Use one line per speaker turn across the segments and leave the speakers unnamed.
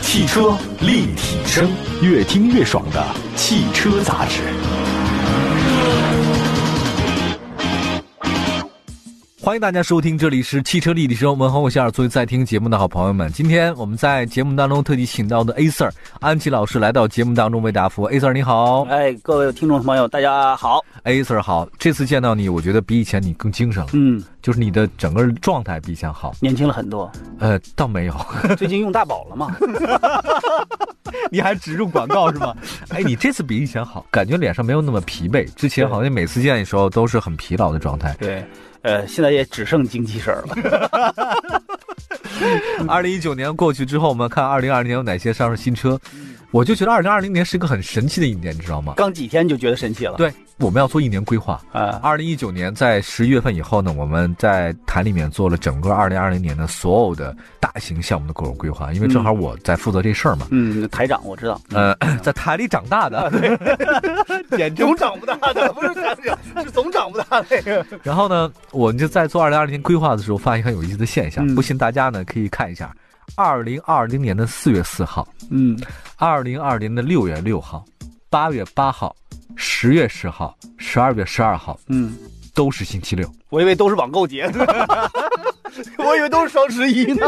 汽车立体声，越听越爽的汽车杂志。
欢迎大家收听，这里是汽车立体声，文豪我是尔，作为在听节目的好朋友们，今天我们在节目当中特地请到的 A Sir 安琪老师来到节目当中为大家服务。A Sir 你好
哎，各位听众朋友，大家好。
，A Sir 好，这次见到你，我觉得比以前你更精神了，
嗯，
就是你的整个状态比以前好。
年轻了很 多，
呃，倒没有，
最近用大宝了嘛？
你还植入广告是吗？ 哎，你这次比以前好，感觉脸上没有那么疲惫，之前
对
好像每次见你的时候都是很疲劳的状态。
对，呃，现在也只剩精气神儿 了。
二零一九年过去之后，我们看二零二零年有哪些上市新车，我就觉得二零二零年是一个很神奇的一年，你知道吗？
刚几天就觉得神奇了。
对，我们要做一年规划。
啊，
二零一九年在十一月份以后呢，我们在坛里面做了整个二零二零年的所有的大型项目的各种规划，因为正好我在负责这事儿嘛。
嗯，台长我知道，
呃， 在台里长大的，简直
总长不大的， 不是长不长，是总长不大那个。
然后呢，我们就在做二零二零年规划的时候，发现一个很有意思的现象。
嗯
不信大家呢可以看一下，二零二零年的四月四号，
嗯，
二零二零的六月六号、八月八号、十月十号、十二月十二号
嗯，
都是星期六，
我以为都是网购节， 我以为都是双十一呢。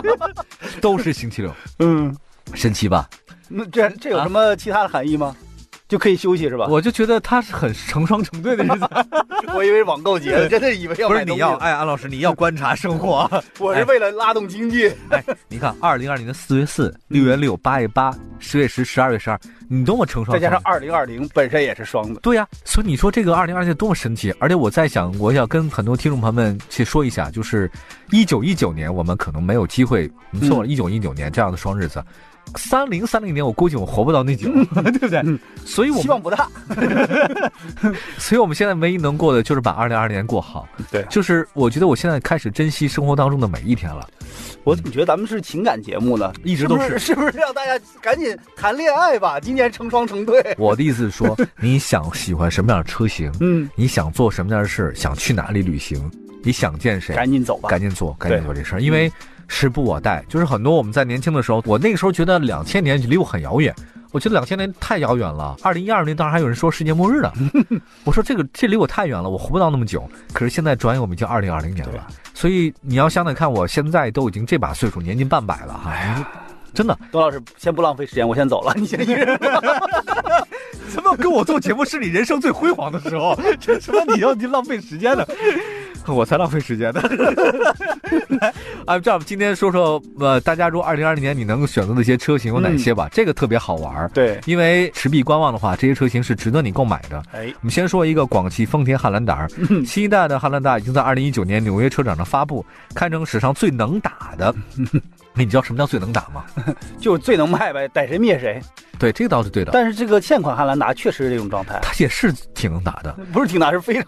都是星期六，
嗯，
神奇吧？
那这这有什么其他的含义吗？就可以休息是吧？
我就觉得它是很成双成对的 日子。
我以为网购节，真的以为要
不是
买东
你
西。
要，哎，安老师，你要观察生活啊。
我是为了拉动经济。
哎，你看，二零二零的四月四、六月六、八月八、十月十、十二月十二，你多么成双
再
成对
加上二零二零本身也是双的，
对呀、所以你说这个二零二零多么神奇！而且我在想，我想跟很多听众朋友们去说一下，就是一九一九年我们可能没有机会，
嗯
你错了，一九一九年这样的双日子，三零三零年我估计我活不到那久， 对不对
嗯？
所以我
希
们
望不大。
所以我们现在唯一能过的就是把二零二零年过好。
嗯对
就是我觉得我现在开始珍惜生活当中的每一天了，
我怎么觉得咱们是情感节目呢？
一直
是
都
不是 是不是让大家赶紧谈恋爱吧？今年成双成对。
我的意思是说，你想喜欢什么样的车型，
嗯，
你想做什么样的事，想去哪里旅行，你想见谁，
赶紧走吧。
赶紧做，赶紧做这事儿，因为时不我待。就是很多我们在年轻的时候，我那个时候觉得两千年离我很遥远，我觉得两千年太遥远了。二零一二年当时还有人说世界末日呢，我说这个这离我太远了，我活不到那么久。可是现在转眼我们已经二零二零年了，所以你要想想看，我现在都已经这把岁数，年近半百了，哈，真的，
董老师，先不浪费时间，我先走了。你先一人。
他妈跟我做节目是你人生最辉煌的时候， 这他妈你要你浪费时间呢，我才浪费时 间呢。来，啊，这样今天说说呃，大家如果二零二零年你能选择的一些车型有哪些吧，这个特别好玩儿，
对，
因为持币观望的话，这些车型是值得你购买的。
哎，
我们先说一个广汽丰田汉兰达儿，新一代的汉兰达已经在二零一九年纽约车展上发布，堪称史上最能打 的。你知道什么叫最能打吗？
就是最能卖呗，逮谁灭谁。
对，这个倒是对的，
但是这个现款汉兰达确实是这种状态，
它也是挺能打的。
不是挺大，是非常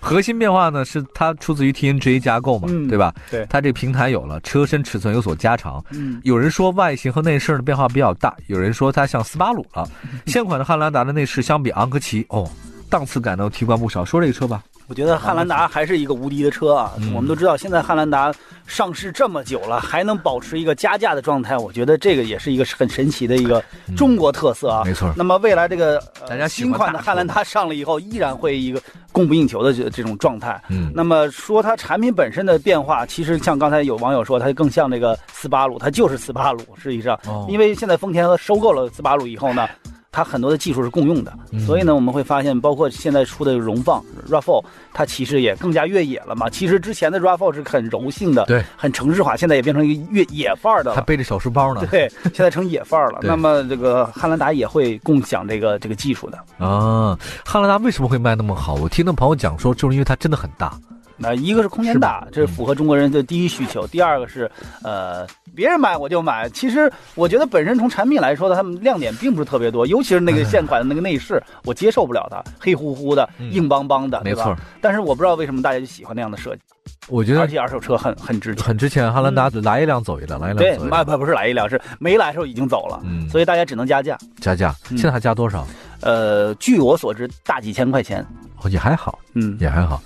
核心变化呢是它出自于 TNGA 架构嘛，
嗯
对吧？
对
它这平台有了，车身尺寸有所加长。
嗯
有人说外形和内饰的变化比较大，有人说它像斯巴鲁了。
嗯
现款的汉兰达的内饰相比昂科旗，哦，档次感都提高不少。说这个车吧，
我觉得汉兰达还是一个无敌的车啊！
嗯
我们都知道，现在汉兰达上市这么久了，还能保持一个加价的状态，我觉得这个也是一个很神奇的一个
嗯
中国特色啊。
没错，
那么未来这个、呃
大家喜欢
新款的
大车
汉兰达上了以后，依然会一个供不应求的这这种状态。
嗯，
那么说它产品本身的变化，其实像刚才有网友说，它更像那个斯巴鲁，它就是斯巴鲁。实际上，
哦
因为现在丰田和收购了斯巴鲁以后呢，它很多的技术是共用的，
嗯
所以呢，我们会发现，包括现在出的荣放 RAV4，它其实也更加越野了嘛。其实之前的 RAV4 是很柔性的，
对，
很城市化，现在也变成一个越野范儿的
还
了。
背着小书包呢。
对，现在成野范儿了。
啊 对
那么这个汉兰达也会共享这个这个技术的。
啊，汉兰达为什么会卖那么好？我听那朋友讲说，就是因为它真的很大。
那一个是空间大，这是符合中国人的第一需求；第二个是，呃，别人买我就买。其实我觉得本身从产品来说呢，他们亮点并不是特别多，尤其是那个现款的那个内饰，我接受不了它，黑乎乎的、
哎嗯
硬邦邦的，
没
啊对
错
吧。，但是我不知道为什么大家就喜欢那样的设计，
我觉
而
得
且二手车很很值钱。
很值钱。汉兰达来一辆走一辆，来一辆
对，
走一
卖
辆，
不不是来一辆，是没来的时候已经走了，
嗯
所以大家只能加价。
加价。
嗯
现在还加多少？
呃，据我所知，大几千块钱。
哦，也还好。
嗯，
也还好。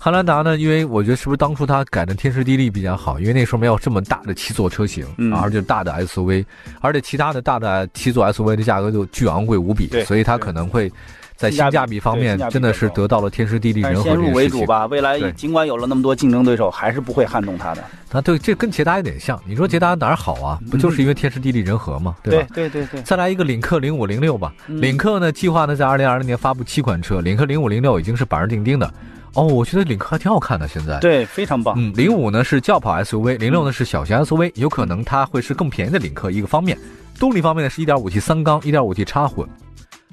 汉兰达呢，因为我觉得是不是当初它改的天时地利比较好，因为那时候没有这么大的七座车型，
嗯
而且大的 SUV，而且其他的大的七座 SUV 的价格就巨昂贵无比
对，
所以它
对
可能会在
性价
性
比
价比方
对
面
性价比
真的
比较
是
高
得到了天时地利
但是
人和
先
这
入
个
为
事
主
情。
吧，未来
对
尽管有了那么多竞争对手，还是不会撼动它的。
那对，这跟捷达有点像。你说捷达哪儿好啊？不就是因为天时地利人和嘛，对吧？
嗯对对对，
再来一个领克零五零六吧。
嗯
领克呢，计划呢在二零二零年发布七款车，领克零五零六已经是板上钉钉的。哦，我觉得领克还挺好看的，现在。
对非常棒。
嗯，零五呢是轿跑 SUV，零六呢是小型 SUV，有可能它会是更便宜的领克一个方面。动力方面呢是 1.5T 三缸，1.5T 插混。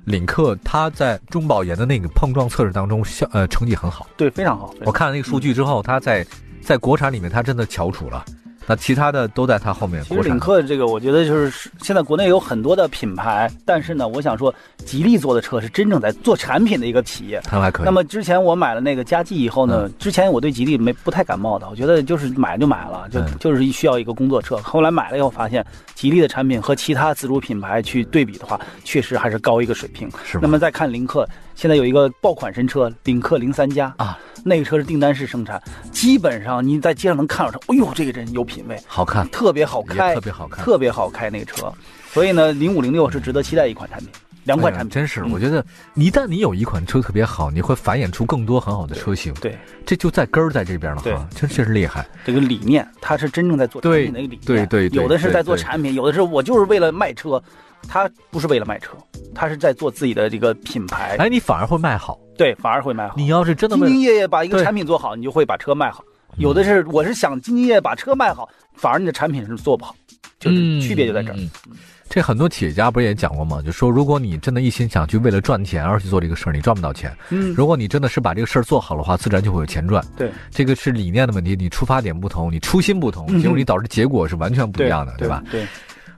领克它在中保研的那个碰撞测试当中效呃成绩很好，
对非常好。
我看了那个数据之后，它在在国产里面它真的翘楚了，那其他的都在它后面。
其实
国产
领克这个，我觉得就是现在国内有很多的品牌，但是呢，我想说，吉利做的车是真正在做产品的一个企业。
它还可以。
那么之前我买了那个佳绩以后
嗯
呢，之前我对吉利没不太感冒的，我觉得就是买就买了，就、
嗯
就是需要一个工作车。后来买了以后发现，吉利的产品和其他自主品牌去对比的话，确实还是高一个水平。
是吧
那么再看领克，现在有一个爆款神车领克零三加
啊，
那个车是订单式生产，基本上你在街上能看到说，哎呦，这个人有品位，
好看，
特别好
也
开，
特别好看。
特别好开那个车。所以呢，零五零六是值得期待一款产品，两款
哎呀
产品。嗯
真是，我觉得一旦你有一款车特别好，你会繁衍出更多很好的车型，
对
这就在根儿在这边了
对
哈，真是厉害。
这个理念，它是真正在做产
对
品的一个理念。
对对对
有的是在做
对对
产品，有的是我就是为了卖车，它不是为了卖车，它是在做自己的这个品牌。
哎，你反而会卖好。
对，反而会卖好。
你要是真的
兢
为
兢业业把一个
对嗯
产品做好，你就会把车卖好。有的是我是想兢兢业业把车卖好，反而你的产品是做不好，就是
嗯
区别就在这儿。
嗯嗯这很多企业家不是也讲过吗？就说如果你真的一心想去为了赚钱而去做这个事儿，你赚不到钱。
嗯，
如果你真的是把这个事儿做好的话，自然就会有钱赚。
对，
这个是理念的问题，你出发点不同，你初心不同
嗯，
结果你导致结果是完全不一样的，
对
吧？？
对，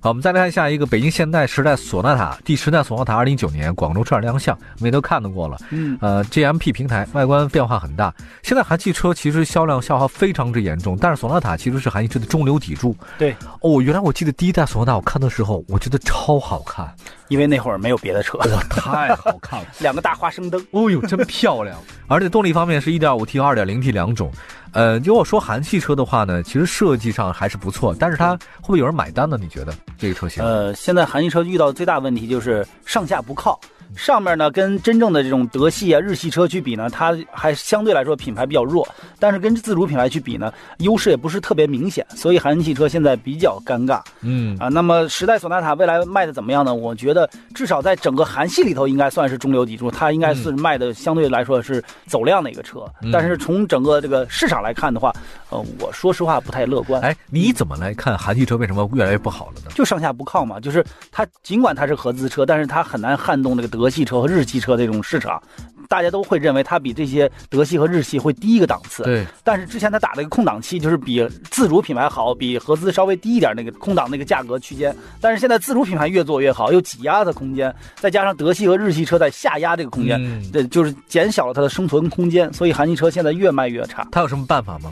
好，我们再来看下一个北京现代时代索纳塔，第十代索纳塔，二零一九年广州车展亮相，我们也都看到过了。
嗯，
呃，GMP 平台外观变化很大，现在韩系车其实销量下滑非常之严重，但是索纳塔其实是韩系车的中流砥柱。
对，
哦，原来我记得第一代索纳塔我看的时候，我觉得超好看，
因为那会儿没有别 的车，
哇，太好看了。
两个大花生灯。
哦呦，真漂亮！而且动力方面是 1.5T 和 2.0T 两种。呃，如果说韩系车的话呢，其实设计上还是不错，但是它会不会有人买单呢？你觉得这个车型？
呃，现在韩系车遇到最大问题就是上下不靠。上面呢，跟真正的这种德系啊、日系车去比呢，它还相对来说品牌比较弱，但是跟自主品牌去比呢，优势也不是特别明显，所以韩系车现在比较尴尬
嗯，
啊。那么时代索纳塔未来卖的怎么样呢？我觉得至少在整个韩系里头应该算是中流砥柱，它应该是卖的相对来说是走量的一个车，
嗯
但是从整个这个市场来看的话，呃，我说实话不太乐观。
哎，你怎么来看韩系车为什么越来越不好了呢？
就上下不靠嘛，就是它尽管它是合资车，但是它很难撼动这个德系车和日系车这种市场，大家都会认为它比这些德系和日系会低一个档次。
对，
但是之前它打了一个空档期，就是比自主品牌好，比合资稍微低一点那个空档那个价格区间。但是现在自主品牌越做越好，又挤压它的空间，再加上德系和日系车在下压这个空间，
嗯
这就是减小了它的生存空间，所以韩系车现在越卖越差。
它有什么办法吗？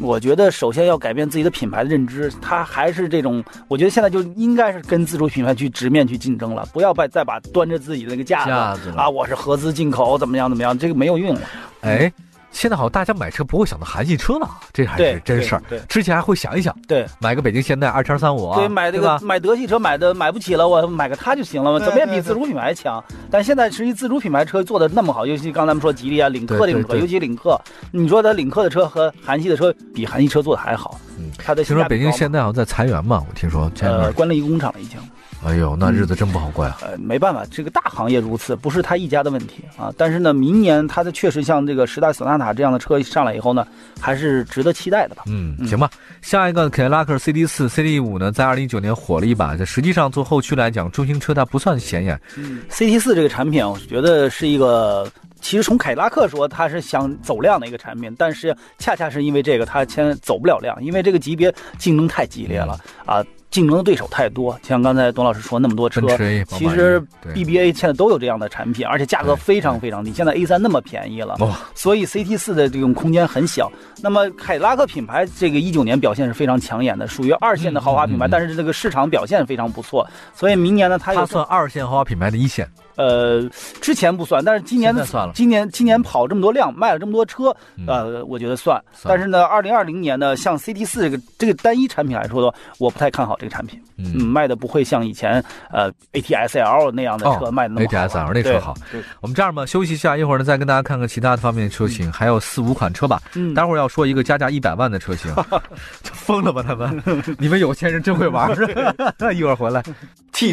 我觉得首先要改变自己的品牌的认知，它还是这种，我觉得现在就应该是跟自主品牌去直面去竞争了，不要再再把端着自己的那个架子
架子了
啊，我是合资进口怎么样怎么样，这个没有用了。
哎，现在好像大家买车不会想到韩系车了，哎这还
对
是，真事儿。
对。对
之前还会想一想，
对
买个北京现代二叉三五啊，
对，买这个
吧
买德系车买的买不起了，我买个它就行了嘛，
对
怎么也
对
比自主品牌强。但现在实际自主品牌车做的那么好，尤其刚才咱们说吉利啊、领克
对
这种
对
车，
对
尤其领克，你说它领克的车和韩系的车比韩系车做的还好，
嗯
它的
听
性
说
价比
北京
高嘛
现代好像在裁员嘛，我听说这样、
呃关了一个工厂了已经。
哎呦，那日子真不好过呀、
呃，没办法，这个大行业如此，不是他一家的问题啊。但是呢，明年它的确实像这个时代索纳塔这样的车上来以后呢，还是值得期待的吧。
嗯，行吧。下一个凯迪拉克 CD 四、CD 五呢，在二零一九年火了一把。这实际上做后驱来讲，中型车它不算显眼，
CT 四这个产品啊，我觉得是一个，其实从凯迪拉克说，它是想走量的一个产品，但是恰恰是因为这个，它先走不了量，因为这个级别竞争太激烈了啊。竞争的对手太多，像刚才董老师说那么多车
嗯奔，驰 A，宝
其
马 A，
实
对
BBA 现在都有这样的产品，而且价格
对
非常非常低。现在 A 三那么便宜了，
哦
所以 CT 四的这种空间很小。那么凯迪拉克品牌这个一九年表现是非常抢眼的，属于二线的豪华品
嗯
牌，
嗯嗯
但是这个市场表现非常不错。所以明年呢，它有
它算二线豪华品牌的一线，
呃之前不算，但是今年
现在算了
今年今年跑这么多辆，卖了这么多车，
嗯
呃，我觉得算。
算
但是呢，二零二零年呢，像 CT 四这个这个单一产品来说的话，我不太看好这个产品。嗯，
嗯
卖的不会像以前呃 ATSL 那样的车
哦
卖的那么好。啊
，ATS R 那车好
对对。
我们这样吧，休息一下，一会儿呢再跟大家看看其他的方面的车型，还有四五款车吧。
嗯，
待会儿要说一个加价一百万的车型，这疯了吧他们？你们有钱人真会玩儿。一会儿回来，
汽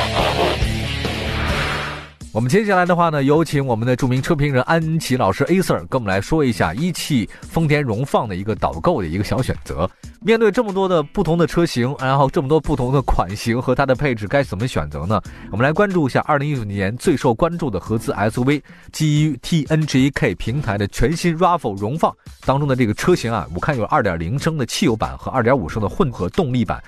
我们接下来的话呢，有请我们的著名车评人安琪老师 A Sir 跟我们来说一下一汽丰田荣放的一个导购的一个小选择。面对这么多的不同的车型，然后这么多不同的款型和它的配置，该怎么选择呢？我们来关注一下2019年最受关注的合资 SUV 基于 TNGK 平台的全新 RAV4 荣放当中的这个车型啊，我看有2.0升的汽油版和2.5升的混合动力版。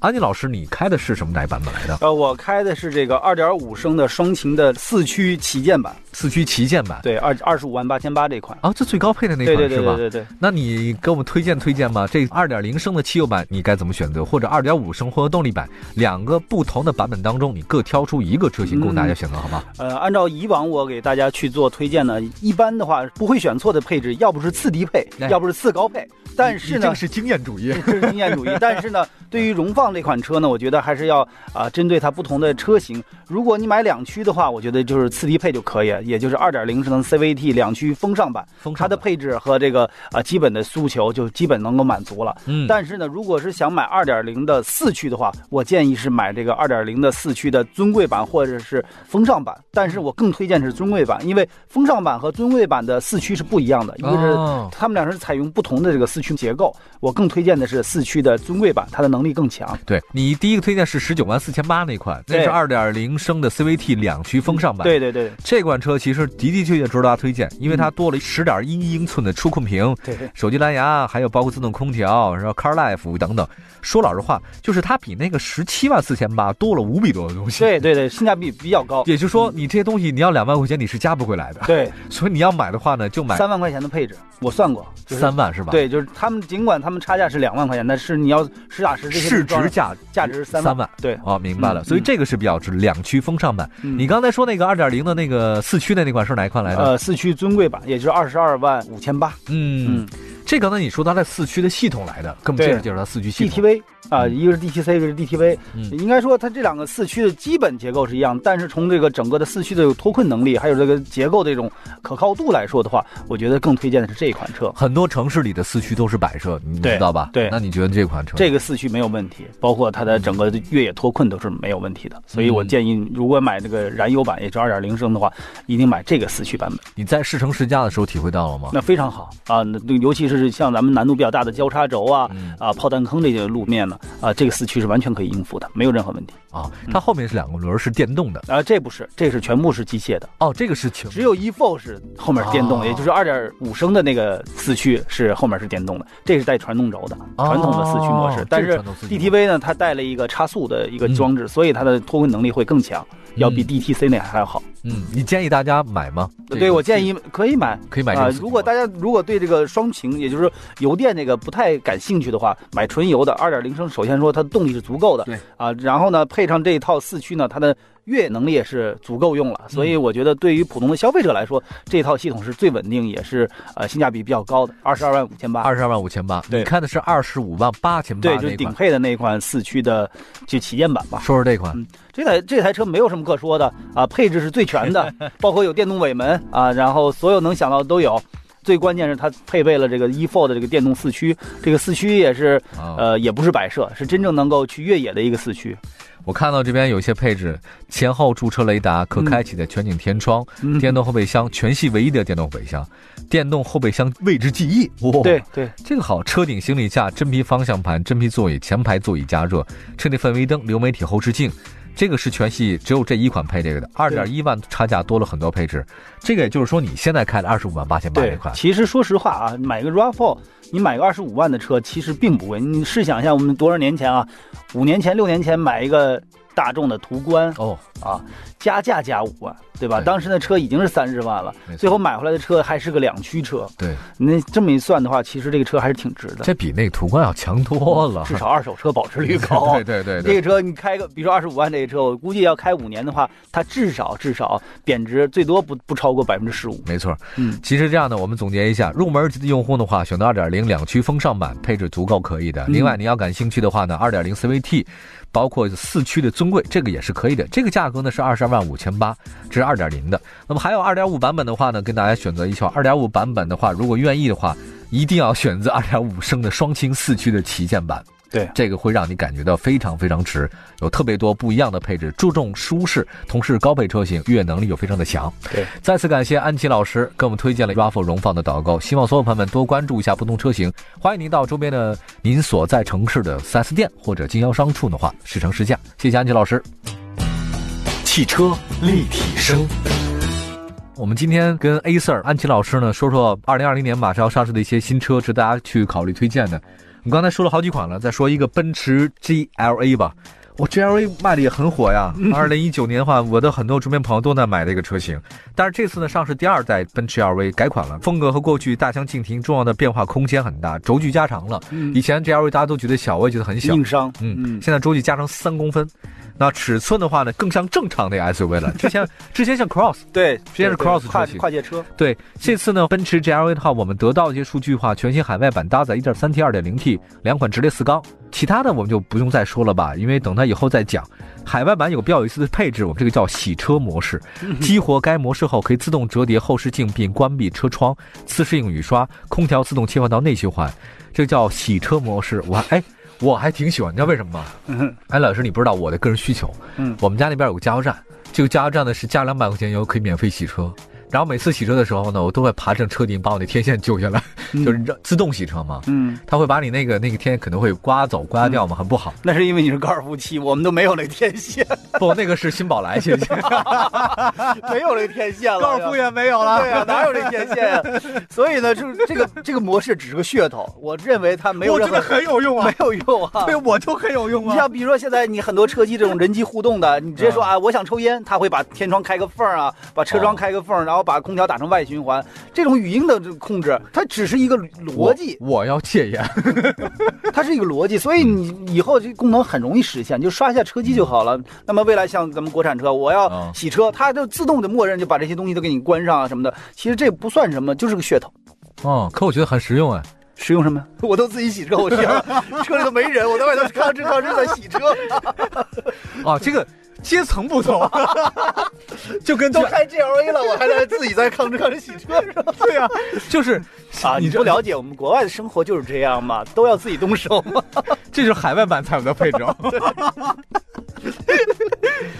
安妮老师，你开的是什么哪版本来的？
呃，我开的是这个二点五升的双擎的四驱旗舰版，
四驱旗舰版。
对，二二十五万八千八这款。
啊，这最高配的那
对
款
对对
是吧
对？对对，
那你给我们推荐推荐吧，这二点零升的汽油版你该怎么选择，或者二点五升混合动力版，两个不同的版本当中，你各挑出一个车型供大家选择，好吗？
呃，按照以往我给大家去做推荐呢，一般的话不会选错的配置，要不是次低配
哎，
要不是次高配。但
你
是
这
呢
个，是经验主义。
这是经验主义。但是呢，对于荣放这款车呢，我觉得还是要啊、针对它不同的车型。如果你买两驱的话，我觉得就是次低配就可以，也就是2.0升的 CVT 两驱风尚版，
风
它的配置和这个啊、基本的诉求就基本能够满足了。
嗯，
但是呢，如果是想买2.0的四驱的话，我建议是买这个2.0的四驱的尊贵版或者是风尚版。但是我更推荐是尊贵版，因为风尚版和尊贵版的四驱是不一样的，一个是
哦
他们俩是采用不同的这个四驱结构，我更推荐的是四驱的尊贵版，它的能力更强。
对你第一个推荐是十九万四千八那款，那
对
是二点零升的 CVT 两驱风尚版。
对嗯对对
这款车其实的的确确值得大家推荐，因为它多了十点一英寸的触控屏，
对对，
手机蓝牙，还有包括自动空调，然后 Car Life 等等。说老实话，就是它比那个十七万四千八多了五比多的东西。
对对对，性价比比较高。
也就是说，你这些东西你要两万块钱你是加不回来的，
对，
所以你要买的话呢，就买
三万块钱的配置，我算过，就是
三万是吧？，
对，就是他们尽管他们差价是两万块钱，但是你要实打实这些
市
装
值
上
价
价值三
三万。
对，
哦，明白了，
嗯
所以这个是比较值两驱风尚版。
嗯
你刚才说那个二点零的那个四驱的那款是哪一款来的？
呃四驱尊贵版，也就是二十二万五千八。
嗯，
嗯
这刚才你说它的四驱的系统来的，跟我们
对
介绍介绍它四驱系统。
，DTV 啊、
嗯
一个是 DTC，一个是 DTV，
嗯
应该说它这两个四驱的基本结构是一样，但是从这个整个的四驱的脱困能力，还有这个结构的这种可靠度来说的话，我觉得更推荐的是这一款车。
很多城市里的四驱都是摆设，你
对
知道吧？
对
那你觉得这款车？
这个四驱没有问题，包括它的整个的越野脱困都是没有问题
嗯
的，所以我建议，如果买这个燃油版，也就二点零升的话，一定买这个四驱版本，
你在试乘试驾的时候体会到了吗？
那非常好啊！那对尤其是像咱们难度比较大的交叉轴啊、
嗯
啊炮弹坑这些路面呢，啊，这个四驱是完全可以应付的，没有任何问题
啊，它后面是两个轮儿是电动的。
啊。这不是，这是全部是机械的。
哦，这个是情
只有 e4 是后面是电动，
哦
也就是二点五升的那个四驱是后面是电动的，这是带传动轴的
哦
传统的四驱模式。但
这是
是
传统四驱模式
DTV 呢，它带了一个差速的一个装置，所以它的脱困能力会更强，要比
嗯
DTC 那还要好。
嗯，你建议大家买吗？这
对
个
我建议可以买。
可以买这
啊、
个四驱吗。
如果大家如果对这个双擎，也就是油电这个不太感兴趣的话，买纯油的二点零升，首先说它的动力是足够的，
对
啊，然后呢，配上这一套四驱呢，它的越野能力也是足够用了，所以
嗯
我觉得对于普通的消费者来说，这套系统是最稳定，也是呃性价比比较高的，二十二万五千八，
二十二万五千八，
对
你看的是二十五万八千八
对，就是
那
顶
款。
配的那款四驱的就旗舰版吧。
说说这款
嗯这台这台车没有什么可说的啊，配置是最 全的，包括有电动尾门啊，然后所有能想到的都有。最关键是它配备了这个 e4 的这个电动四驱，这个四驱也是
啊，
呃也不是摆设，是真正能够去越野的一个四驱。
我看到这边有一些配置，前后驻车雷达、可开启的全景天窗、
嗯
电动后备箱，全系唯一的电动后备箱，电动后备箱位置记忆，哇，
对，对，
这个好，车顶行李架、真皮方向盘、真皮座椅、前排座椅加热、车内氛围灯、流媒体后视镜。这个是全系只有这一款配这个的，二点一万差价多了很多配置，这个也就是说你现在开的二十五万八千八这
对
款，，
其实说实话啊，买个 RAV4，你买个二十五万的车，其实并不贵。你试想一下，我们多少年前啊，五年前、六年前买一个大众的途观，
哦，
加价加五万，对吧？
对
当时那车已经是三十万了
没，错
最后买回来的车还是个两驱车。
对，
那这么一算的话，其实这个车还是挺值的，
这比那个途观要强多了，
至少二手车保 值率高。
对对对
这
对，
个车你开个，比如说二十五万，这个车我估计要开五年的话，它至少至少贬值最多不不超过百分之十五。
没错。
嗯，
其实这样呢，我们总结一下，入门级的用户的话，选择二点零两驱风尚版配置足够可以的。
嗯
另外，你要感兴趣的话呢，二点零 CVT，包括四驱的尊贵，这个也是可以的。这个价格呢是二十二万五千八，这是二点零的。那么还有二点五版本的话呢，跟大家选择一下。二点五版本的话，如果愿意的话，一定要选择二点五升的双擎四驱的旗舰版。
对
这个会让你感觉到非常非常值，有特别多不一样的配置，注重舒适，同时高配车型越野能力又非常的强。
对，
再次感谢安琪老师给我们推荐了 RAV4 荣放的导购，希望所有朋友们多关注一下不同车型。欢迎您到周边的您所在城市的 4S 店或者经销商处的话试乘试驾。谢谢安琪老师。
汽车立体声，
我们今天跟 A Sir 安琪老师呢说说二零二零年马上要上市的一些新车，值得大家去考虑推荐的。我们刚才说了好几款了，再说一个奔驰 GLA 吧。我 GLA 卖的也很火呀，二零一九年的话，我的很多周边朋友都在买这个车型。但是这次呢，上市第二代奔驰 LV 改款了，风格和过去大相径庭，重要的变化空间很大，轴距加长了。以前 GLA 大家都觉得小，我也觉得很小，
嗯硬伤，
嗯，现在轴距加长三公分。那尺寸的话呢，更像正常的 SUV 了。之前之前像 Cross，
对，
接着
对
cross
跨
车型
跨 界车，
对，这次呢，奔驰 GLA 的话，我们得到一些数据的话，全新海外版搭载 1.3T、2.0T 两款直列四缸，其他的我们就不用再说了吧，因为等它以后再讲。海外版有个比较有意思的配置，我们这个叫洗车模式，
嗯
激活该模式后可以自动折叠后视镜并关闭车窗，自适应雨刷，空调自动切换到内循环，这个叫洗车模式。我还哎，我还挺喜欢，你知道为什么吗？
嗯
哎，老师，你不知道我的个人需求，
嗯
我们家那边有个加油站，这个加油站呢是加两百块钱油可以免费洗车，然后每次洗车的时候呢，我都会爬上车顶把我那天线揪下来，就是让自动洗车嘛，
嗯，
它会把你那个那个天可能会刮走刮掉嘛，很不好。
那是因为你是高尔夫七，我们都没有那天线，
不，那个是新宝来，谢谢。
没有那天线了。
也没有
对啊，哪有这天线啊？所以呢，就是这个这个模式只是个噱头，我认为 它没有任何
很有用
没！有用啊。
我就很有用
你！像比如说现在你很多车机这种人机互动的，你直接说啊，我想抽烟，他会把天窗开个缝儿啊，把车窗开个缝儿，然后把空调打成外循环，这种语音的这控制，它只是一个逻辑，
我要戒烟。
它是一个逻辑，所以你以后这功能很容易实现，你就刷一下车机就好了。那么未来像咱们国产车，我
嗯
要洗车，它就自动的默认就把这些东西都给你关上啊什么的。其实这不算什么，就是个噱头。
哦，可我觉得很实用哎。
实用什么？ 我都自己洗车，我天啊，车里都没人，我在外 头吭哧吭哧在洗车，
哦，这个阶层不 同， 就跟
都开 GLA 了，我还在自己在吭哧吭哧洗车。
对啊，就是
啊，你
这
不了解我们国外的生活就是这样嘛，都要自己动 手嘛。
这就是海外版才有的配置。哦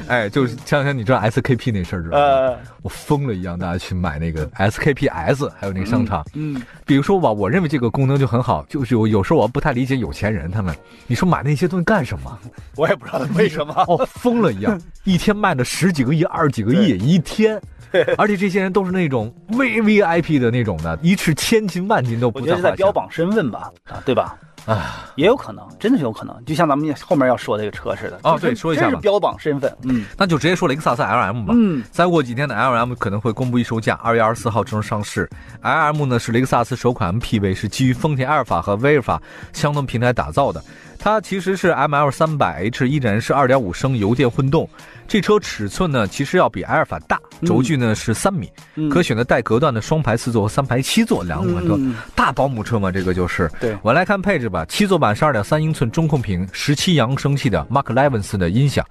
哎，就是前两天你知道 SKP 那事儿知道吗？
呃，
我疯了一样，大家去买那个 SKPS，还有那个商场。
嗯，
比如说吧，我认为这个功能就很好，就是有有时候我不太理解有钱人他们，你说买那些东西干什 么？
我也不知道为 什么。
哦，疯了一样，一天卖了十几个亿、二十几个亿一天，而且这些人都是那种 VVIP 的那种的，一是千金万金都
我
不
觉得
在
是
话下。
在标榜身份吧，啊，对吧？
啊，
也有可能，真的是有可能，就像咱们后面要说这个车似的。
哦
就是
对说一下吧
真是标榜身份，嗯
那就直接说雷克萨斯 LM 吧。
嗯，
再过几天的 LM 可能会公布一售价，二月二十四号正式上市。LM 呢是雷克萨斯首款 MPV，是基于丰田阿尔法和威尔法相同平台打造的。它其实是 ML 三百 H，依然是二点五升油电混动。这车尺寸呢，其实要比阿尔法大，轴距呢是三米，
嗯
可选择带隔断的双排四座和三排七座两款车。
嗯
大保姆车嘛，这个就是。
对
我来看配置吧，七座版是二点三英寸中控屏，十七扬声器的 Mark Levinson 的音响，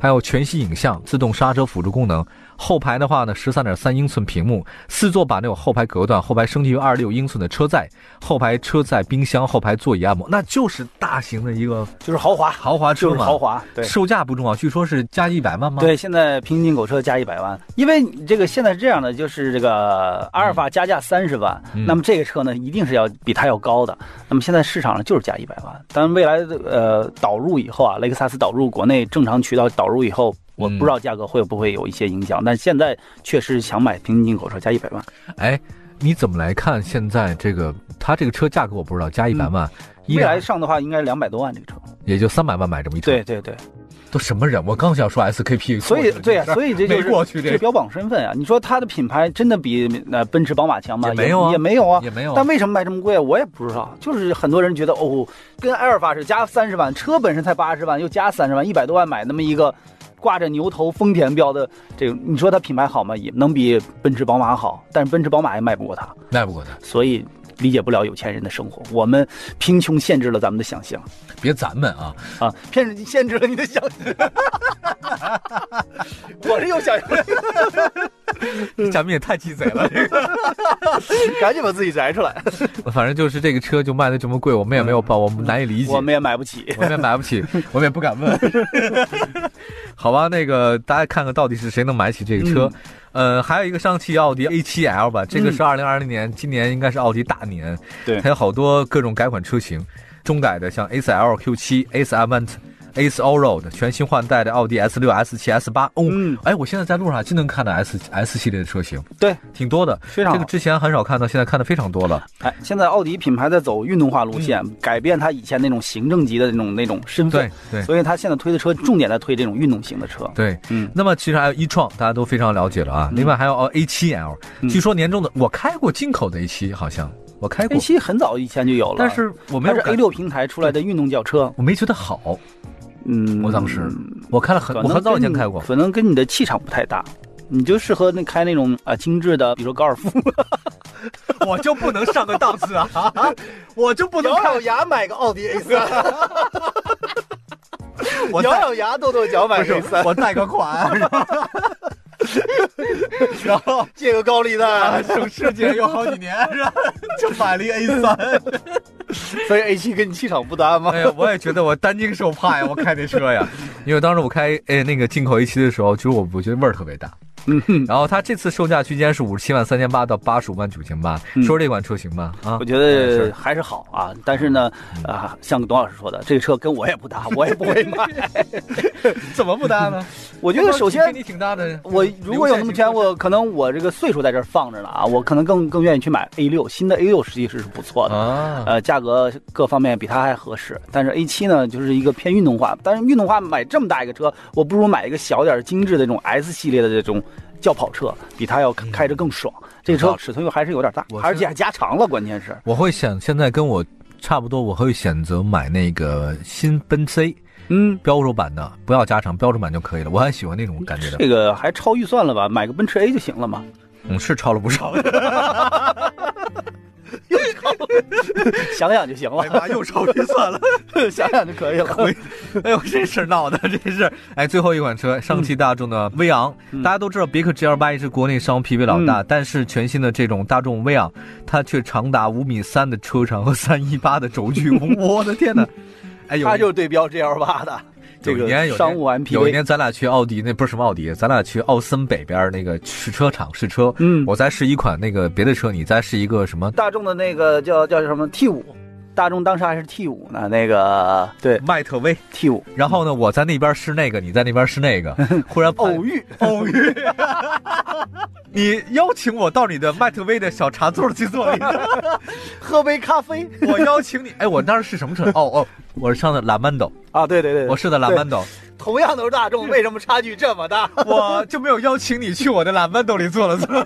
还有全息影像、自动刹车辅助功能，后排的话呢，十三点三英寸屏幕，四座把那种后排隔断，后排升级为二六英寸的车载，后排车载冰箱，后排座椅按摩，那就是大型的一个
就是豪华，
豪华车
就是
嘛。
豪华，对。
售价不重要，据说是加一百万吗？，
对，现在平行进口车加一百万，因为你这个现在是这样的，就是这个阿尔法加价三十万，
嗯
那么这个车呢一定是要比它要高的。那么现在市场上就是加一百万，但未来呃导入以后啊，雷克萨斯导入国内正常渠道导入以后。我
嗯
不知道价格会不会有一些影响，但现在确实想买平行进口车加一百万，
哎，你怎么来看现在这个它这个车价格我不知道，加一百万，依
嗯未来
然
上的话应该两百多万这个车。
也就三百万买这么一车。
对，对对，
都什么人？我刚想说 SKP，
所以对啊，所以这就
没
是
过去
这
这
标榜身份啊。你说它的品牌真的比呃奔驰、宝马强吗？
也没有啊
也没有啊，
也没有啊。
但为什么卖这么贵？我也不知道，就是很多人觉得哦，跟埃尔法是加三十万，车本身才八十万，又加三十万，一百多万买那么一个挂着牛头丰田标的这个，你说它品牌好吗？也能比奔驰、宝马好，但是奔驰、宝马也卖不过它，
耐不过他，
所以理解不了有钱人的生活。我们贫穷限制了咱们的想象
别咱们 啊，
啊，骗限制了你的想象。 我是有想象，嗯
这咱们也太鸡贼 了。这个
赶紧把自己摘出来。
反正就是这个车就卖的这么贵，我们也没有办，我们难以理解。
嗯我们也买不起。
我们也买不 起，我们也不敢问。 好吧，那个大家看看到底是谁能买起这个车。
嗯
呃，还有一个上汽奥迪 A7L 吧，这个是二零二零年，今年应该是奥迪大年，
对
它有好多各种改款车型，中改的像 A4L Q7、A4 Avant。Ace Allroad 全新换代的奥迪 S 6 S 7 S 8哦，
嗯
哎，我现在在路上还真能看到 S S 系列的车型，
对，
挺多的，
非常
这
好
个之前很少看到，现在看的非常多了。
哎，现在奥迪品牌在走运动化路线，改变它以前那种行政级的那种那种身份
对。对，
所以他现在推的车重点在推这种运动型的车。
对，
嗯
那么其实还有一创，大家都非常了解了啊。另外还有 A 7 L，、
嗯
据说年终的我开过进口的 A 7好像哎我开过
，A，7很早以前就有了，
但是我没
它
有
是
感
A 六平台出来的运动轿车。
我没觉得好。
嗯，
我当时我开了很，
可
我
能
很早以前
跟
开过。
可能跟你的气场不太搭。你就适合那开那种啊精致的，比如说高尔夫，
我就不能上个档次啊！ 我就不
咬咬牙买个奥迪 A 三，
我
咬咬牙跺跺脚买个 A 三，
我贷个款， 然后啊
借个高利贷。
省吃俭用好几年，就买了一 A 三。
所以 A 七跟你气场不搭吗？
哎呀，我也觉得我担惊受怕呀，我开这车呀，因为当时我开哎那个进口 A 7的时候，就是我我觉得味儿特别大。
嗯，
然后它这次售价区间是五十七万三千八到八十五万九千八，
嗯
说这款车型吧啊
我，觉得还是好啊。但是呢，
嗯
啊，像董老师说的，这个车跟我也不搭，我也不会买。
怎么不搭呢？
我觉得首先
你挺搭的，
我如果有那么钱，我可能我这个岁数在这儿放着呢啊，我可能更更愿意去买 A 六，新的 A 六其实是不错的。
啊，
呃，价格各方面比它还合适。但是 A 7呢，就是一个偏运动化，但是运动化买这么大一个车，我不如买一个小点儿精致的这种 S 系列的这种轿跑车，比它要开开着更爽。这
有道
车
理
尺寸又还是有点大
嗯我，是
而且还加长了，关键是。
我会想现在跟我差不多，我会选择买那个新奔 C
嗯，
标准版的，不要加长，标准版就可以了。我很喜欢那种感觉的，
这个还超预算了吧？买个奔驰 A 就行了嘛。
嗯，是超了不少的，
想想就行了，
妈，哎又超预算了。
想想就可以了。
哎呦，这事儿闹的， 这是哎，最后一款车，上汽大众的威昂，
嗯
大家都知道，别克 GL 八是国内商务 PV 老大，但是全新的这种大众威昂，它却长达五米三的车长和三一八的轴 距，我的天哪！哎，有
它
一
就是对标 GL 八的这
有一年有
个
一
商务
年有一
MPV。
年咱俩去奥迪，那不是什么奥迪，咱俩去奥森北边那个试车场试车，
嗯
我再试一款那个别的车，你再试一个什么
大众的那个叫叫什么 T 五，大众当时还是 T 五呢，那个对
迈特威，
T 五
然后呢，我在那边试那个，你在那边试 那个，忽然偶
遇
偶遇， 你邀请我到你的迈特威的小茶座去坐一下，
喝杯咖啡
我邀请你，哎，我当时是什么车？哦哦，我是上的蓝曼斗，
啊，对对对，对
我试的蓝曼斗，
同样都是大众，为什么差距这么大？
我就没有邀请你去我的蓝曼斗里坐了坐。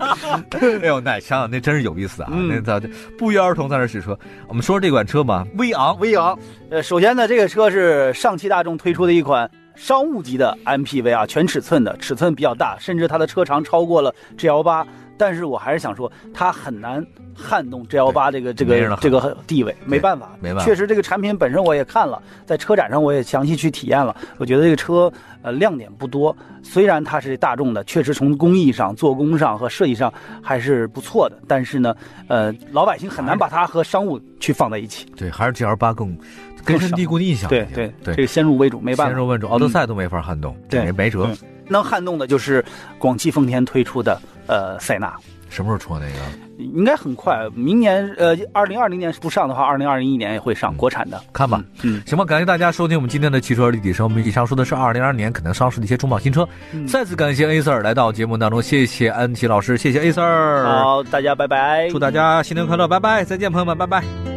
哎呦，那想想那真是有意思啊！
嗯
那咱不约而同在那试车。我们说说这款车吧，威昂，
威昂。呃，首先呢，这个车是上汽大众推出的一款商务级的 MPV 啊，全尺寸的，尺寸比较大，甚至它的车长超过了 GL 八。但是我还是想说，它很难撼动 G L 八这个这
没人能
个
撼
这个地位，没办法，
没办法
确实，这个产品本身我也看了，在车展上我也详细去体验了，我觉得这个车呃亮点不多，虽然它是大众的，确实从工艺上、做工上和设计上还是不错的，但是呢，呃，老百姓很
哎
难把它和商务去放在一起。
对，还是 GL 八更根深蒂固的印象。
对
已经
对
对
这个先入为主，没办
先
法。
入为主，奥德赛都没法撼动，
对
没没辙
嗯。能撼动的就是广汽丰田推出的呃塞纳，
什么时候出那个？
应该很快，明年呃，二零二零年不上的话，二零二一年也会上国产的。
看吧。
嗯，
行吧，感谢大家收听我们今天的汽车立体声。我们以上说的是二零二年可能上市的一些重磅新车。
嗯
再次感谢 A Sir 来到节目当中，谢谢安琪老师，谢谢 A Sir，
好，大家拜拜。
祝大家新年快乐，拜拜，再见，朋友们，拜拜。